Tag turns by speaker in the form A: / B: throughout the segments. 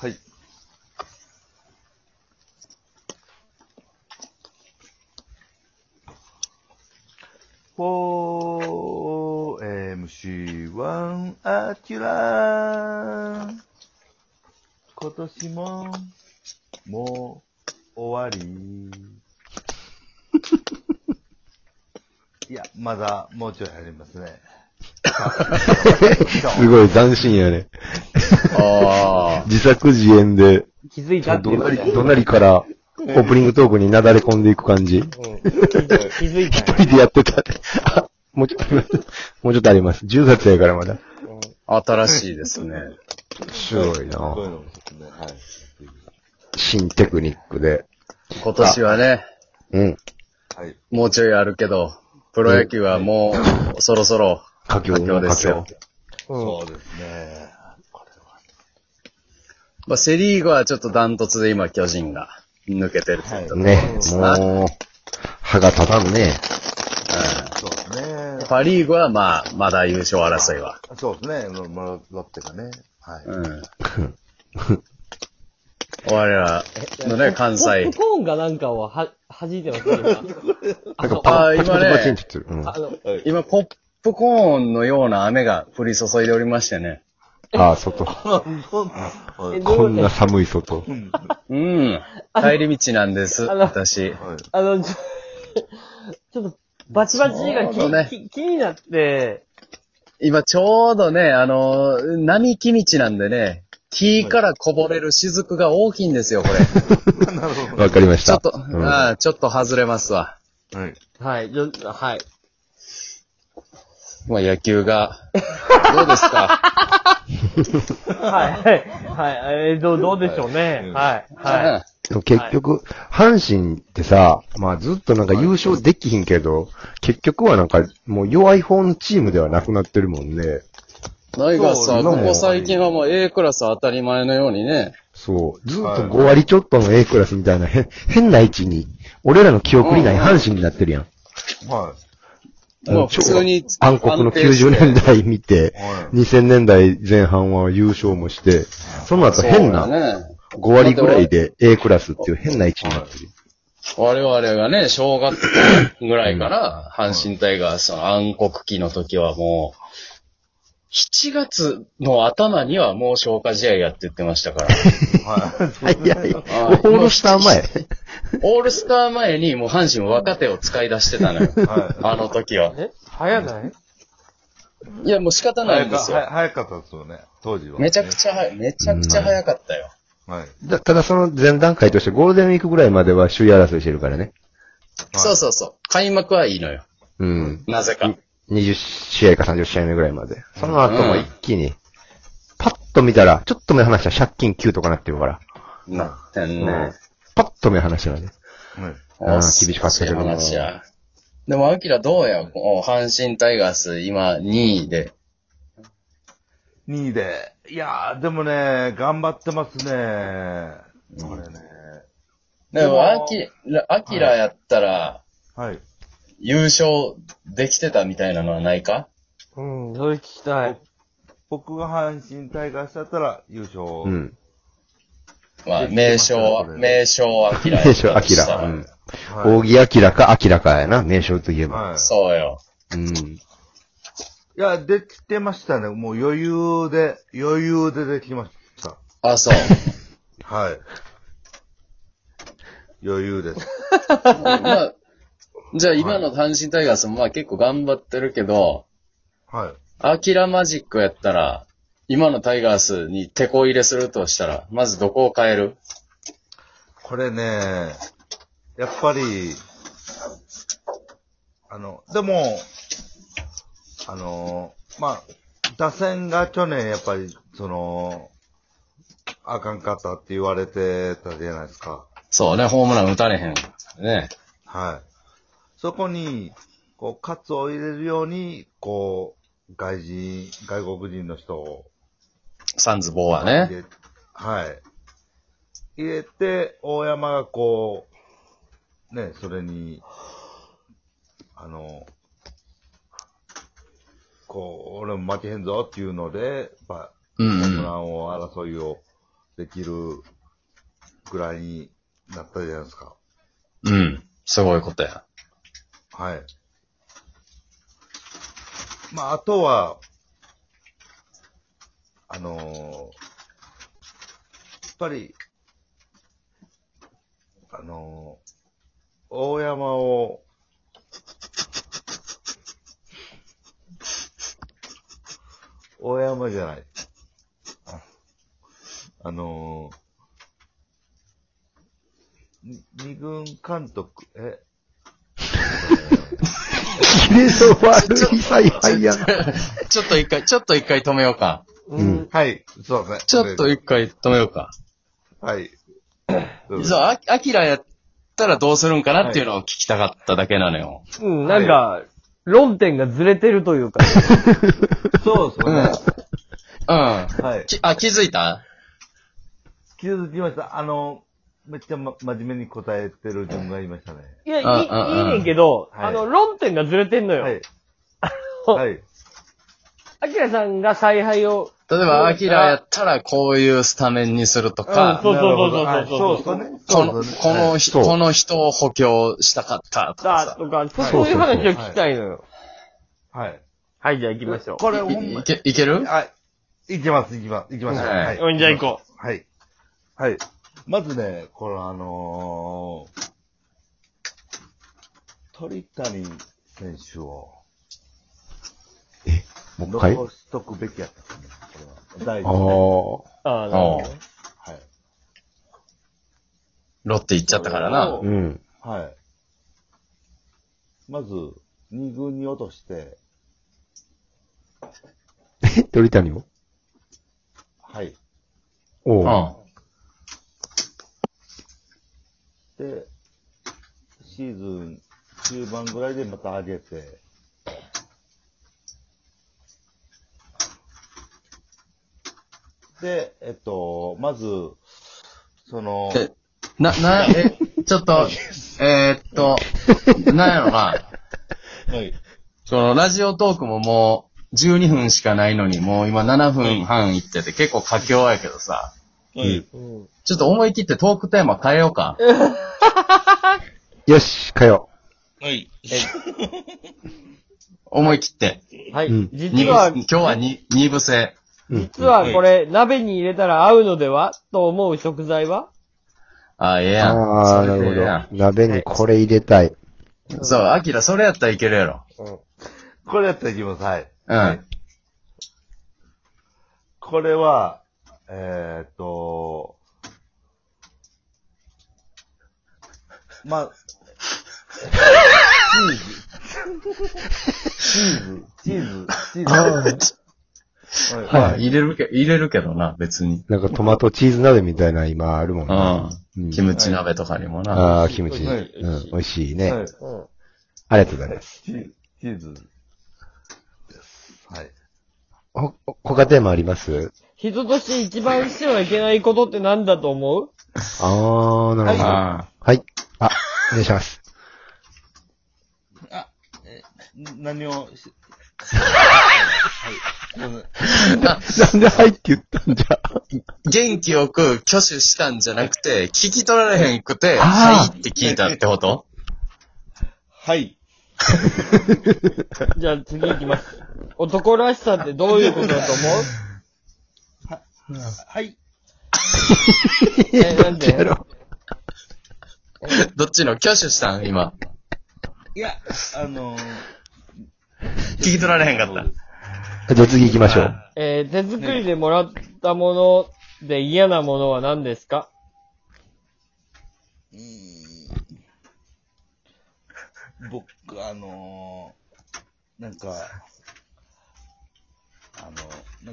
A: はい。4MC1 アキュラ今年も、もう、終わり。 いや、まだ、もうちょいありますね。
B: すごい斬新やね。
C: あ
B: 自作自演で、
D: 気づいたって
B: ど
D: いう
B: な
D: こと
B: り
D: や、ね。
B: どなりから、オープニングトークになだれ込んでいく感じ。
D: うん気づ気づいたん
B: 一人でやってた。あもうちょっと、もうちょっとあります。10月やからまだ。
D: やうん
C: あ、新しいですね。
B: すごいな
A: そういうのもですね、はい。
B: 新テクニックで。
C: 今年はね、
B: うん。
A: はい。
C: もうちょいあるけど、プロ野球はもう、そろそろ、
B: 佳境
C: 佳境ですよ。
A: そうですね。これは。
C: まあ、セリーグはちょっとダントツで今、巨人が抜けてるってことで、
B: ね、もう、歯が立たんね。
A: そうです
C: う
A: ね
C: ん。パリーグはまあ、まだ優勝争いは。
A: そうですね。まあロッテがね。はい。
C: うん。我らのね、関西
D: ポップ。コーンがなんかをは、弾いてますね、今。あ
B: なんか
D: の、
B: パ
C: あー
B: パチパ
C: 今
B: チ
C: ね
B: パチンって言ってる。うん
D: あの、
C: 今、ポップコーンのような雨が降り注いでおりましてね。
B: ああ、外。
A: は
D: え
A: い。
D: どう
B: こんな寒い外。
C: うん。帰り道なんです、
D: あの
C: 私。
A: はい。
D: あの、ちょ、 ちょっと、バチバチが
C: そうだね
D: 気,き、気になって、
C: 今ちょうどね、あのー、並木道なんでね、木からこぼれる雫が大きいんで すよ、これ。
B: わかりまし
C: ちょ
B: た。
C: っと、
B: うん
C: ああ、ちょっと外れますわ。
A: はい。
D: はい、ちょはい。
C: まあ野球が、 どうですか
D: はい、はい、はい、えーどう、どうでしょうね。はい、は。。
B: でも結局、阪神ってさ、まあずっとなんか優勝できひんけど、結局はなんかもう弱い方のチームではなくなってるもんね。
C: タイガース
B: そ
C: は、
B: う
C: こ
B: 今も
C: こ最近はもう A クラス当たり前のようにね、
B: そう。ずっと5割ちょっとの A クラスみたいな変、変な位置に、俺らの記憶にない阪神になってるやん。
A: は
C: もう
B: あの
C: 普通に
B: 超暗黒の
C: 安定して
B: 90年代見て
A: は、い
B: 2000年代前半は優勝もして、その後変
C: そう
B: な
C: だね。
B: 5割ぐらいで A クラスっていう変な位置になってる。
C: 我々がね、小学校ぐらいから、阪神タイガースの暗黒期の時はもう、7月の頭にはもう消化試合やって言ってましたから。
A: い。は
B: 早い。オ
C: は い
B: ールスター前。
C: オールスター前にもう阪神若手を使い出してたのよ。
A: い。は
C: あの時はい
D: え早ない
C: いや、もう仕方
A: い。
C: ない
A: 早
C: ん
A: か
C: で
A: は
C: す
A: や
C: よ。
A: 早かったですよね。当時は。
C: めちゃくちゃ早い、めちゃくちゃ早かったよ。
A: ゃ。はい。
B: だただその前段階としてゴールデンウィークぐらいまでは首位争いしてるからね。
C: そうそうそう。開幕はいいのよ。
B: うん。
C: なぜか。
B: 20試合か30試合目ぐらいまで。その後も
C: うん
B: 一気に、パッと見たら、ちょっと目離したら借金9とかなってるから。
C: なってん
B: うん
C: ね。
B: パッと目離したらね。
A: はい。
B: あー厳
C: 恐ろ
B: しかったけどな
C: 話や。でも、アキラどうやもう阪神タイガース、今2位で。
A: 2位で。いやー、でもね、頑張ってますね。これね。
C: でも、アキラ、アキラやったら、
A: はい。
C: 優勝できてたみたいなのはないか
D: うん、それ聞きたい。
A: 僕が阪神タイガースだったら優勝。
B: うん。
C: まあ、名称は、名称はアキラや
B: 名
C: った
B: 称、ア
C: と
B: キ
C: したら。
B: ラ。うん。
A: はい。
B: 大木アキラかアキラかやな、名称といえば。
A: はい。
C: そうよ。
B: うん。
A: いや、できてましたね。もう余裕で、余裕でできました。
C: あ、 そう。
A: はい。余裕です。
C: まあ、じゃあ今の阪神タイガースもまあ結構頑張ってるけど、
A: はい。
C: アキラマジックやったら、今のタイガースに手こ入れするとしたら、まずどこを変える
A: これね、やっぱり、あの、でも、あの、まあ、打線が去年やっぱり、その、あかんかったって言われてたじゃないですか。
C: そうね、ホームラン打たれへん。ね。
A: はい。そこに、こう、カツを入れるように、こう、外人、外国人の人を
C: サンズ・ボーはね。
A: 入れはい。入れて、大山がこう、ね、それに、あの、こう、俺も負けへんぞっていうので、やっぱ、
C: うん
A: ホ
C: う
A: ームラ
C: ん。
A: ンを争いをできるぐらいになったじゃないですか。
C: うん。すごいことや。
A: はい。まあ、あとは、あのーやっぱり、あのー大山を、大山じゃない。ああのーに二軍監督、え、
B: 切れの悪い采配やな。
C: ちょっと一回、ちょっと一回止めようか。
D: うん。
A: はい、そうですね。
C: ちょっと一回止めようか。
A: はい。
C: そう、あ、アキラやったらどうするんかなっていうのを聞きたかっただけなのよ。
D: うん、なんか、論点がずれてるというか。
A: そうですよね。
C: うん。
A: はい。
C: きあ、気づいた
A: 気づきました。あの、めっちゃ、ま、真面目に答えてる自分がいましたね。
D: いや、い
C: あ
D: い、
C: あ
D: いいねんけど、
A: はい
D: あの、論点がずれてんの
A: は
D: よ。
A: い。はい。
D: アキラさんが采配を、
C: 例えば、アキラやったらこういうスタメンにすると
D: うん
C: か、
D: そうそうそうそう
A: はい
D: そう
A: そうですね。
C: こ
A: そう
C: の、
A: ですね
C: この人、
B: そう
C: この人を補強したかったとか
D: だ
C: さ。
D: とか、そ
A: はい
D: そういう話を聞きたいのよ。
A: はい。
D: はい、じゃあ行きましょ
A: これ、ほん
C: い
A: ま
C: い、け、いける
A: あ、いきます、いきます、いきます。
C: はい
A: は
D: う。うん、じゃあ行こ
A: う。はい。はい。まずね、このあのー、鳥谷選手を
B: もう一回。あ
A: 残しとくべきやったですね。これは。大
B: あ
A: 事
B: ー。
D: う。ああ、なるほどね。
A: はい。
C: ロッテ行っちゃったからな。
B: うん。
A: はい。まず、二軍に落として、
B: え鳥谷を
A: はい。
B: お
C: う。
B: うん
C: あ
A: で、シーズン中盤ぐらいでまた上げて、で、えっと、まず、その、
C: でな、な、え、ちょっと、えーっと、なんやろな。
A: はい。
C: その、ラジオトークももう、12分しかないのに、もう今7分半いってて、結構佳境やけどさ。
A: はい。
D: うん。
C: ちょっと思い切ってトークテーマ変えようか。
B: よし、かよ。
A: はい。
C: 思い切って。
D: はい
B: うん。
D: 実
C: 二部
D: は、
C: 今日はに二部制。
B: うん。
D: 実はこれ、鍋に入れたら合うのではと思う食材は
C: ああ、ええやん。
B: ああ、な
C: それでええや
B: るほど。鍋にこれ入れたい。
C: ん。そう、アキラ、それやったらいけるやろ。
A: これやっていきます。はい。
C: うん。
A: これは、えー、っと、まあ、チーズ。チーズ、チーズ、チーズ。
C: はい。
A: い。
C: 入れるけ、入れるけどな、別に。
B: なんかトマトチーズ鍋みたいな今あるもん
C: う
B: ね。
C: ん。
B: うん
C: キムチ鍋とかにもな。
B: ああ、キムチ。
A: は
B: う
A: い
B: ん、美味しい
A: は
B: ね
A: い。
D: うん。
B: ありがとうございます。
A: チーチーズです。はい。
B: ほ、他テーマあります
D: 人として一番してはいけないことって何だと思う
B: ああ、なるほど。は
C: あ
B: い。あ、お願いします。
A: ん何をし、
B: なんではいって言ったんじ ゃ。
C: ー元気よく挙手したんじゃなくて、聞き取られへんくて、
B: あー
C: はいって聞いたってこと
A: はい。
D: じゃあ次行きます。男らしさってどういうことだと思う
A: はい。
D: え、なんで
B: やろ
C: どっちの挙手したん今。
A: いや、あのー、
C: 聞き取られへんかった。
B: じゃあ次行きましょう。
D: えー手作りでもらったもので嫌なものは何ですか
A: 僕、あのー、なんか、あの、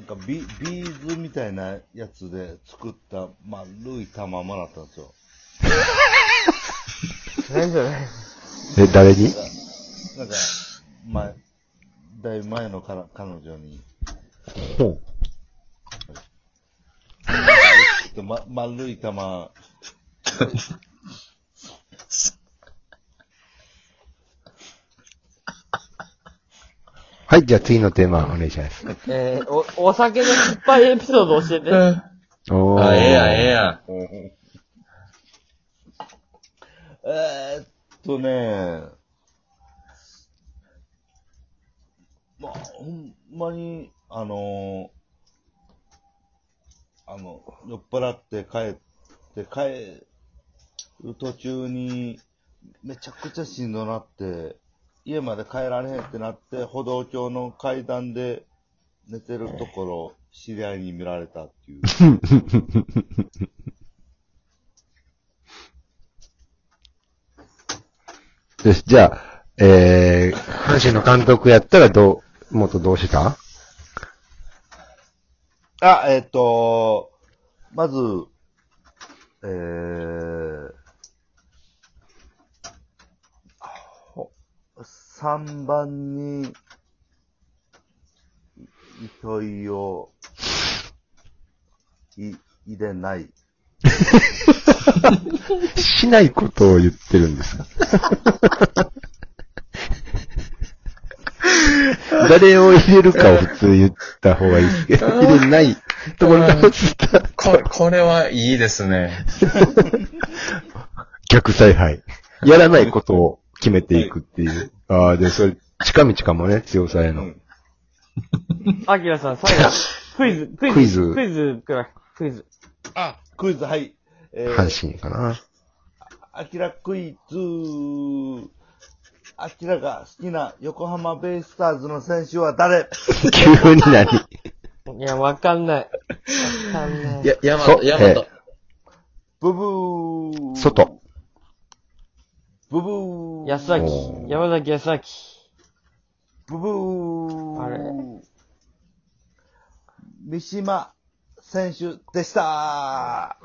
A: なんかビビーズみたいなやつで作った丸い玉もらったんですよ。
D: 何じゃない
B: え、誰に
A: なんか、前、だいぶ前のから彼女に、ま、丸い玉、
B: はい、じゃあ次のテーマお願いします。
D: えーお、お酒の失敗エピソード教えて。
B: おー
C: あ、ええやん、ええやん。
A: うんえーっとね、まあ、ほんまに、あのあの、酔っ払って帰って、帰る途中に、めちゃくちゃしんどなって、家まで帰られへんってなって、歩道橋の階段で寝てるところ、知り合いに見られたっていう。
B: よし、じゃあ、えー、阪神の監督やったらどう、元どうした
A: あ、えっ、と、まず、えー、ほ3番に、糸井を、い、入れない。
B: しないことを言ってるんで すか誰を入れるかを普通言った方がいいですけど、入れないところから移った
C: これ、これはいいですね。
B: 逆采 配。やらないことを決めていくっていう。ああ、で、それ、近道かもね、強さへ
A: う
B: の。
A: ん。
D: アキラさん、最 後、クイズ、クイズ、
B: クイズ
D: クイズくらい、クイズ。
A: あ、クイズ、はい。えー、
B: 阪神かな。
A: アキラクイズ、アキラが好きな横浜ベイスターズの選手は誰
B: 急に何
D: いや、わかんない。わかんない。
C: や、や
B: そう
C: やまと
B: え。
A: ブブー。
B: 外。
A: ブブー。
D: 安崎
B: お、ー
D: 山崎安崎。
A: ブブー。
D: あれ
A: 三島選手でした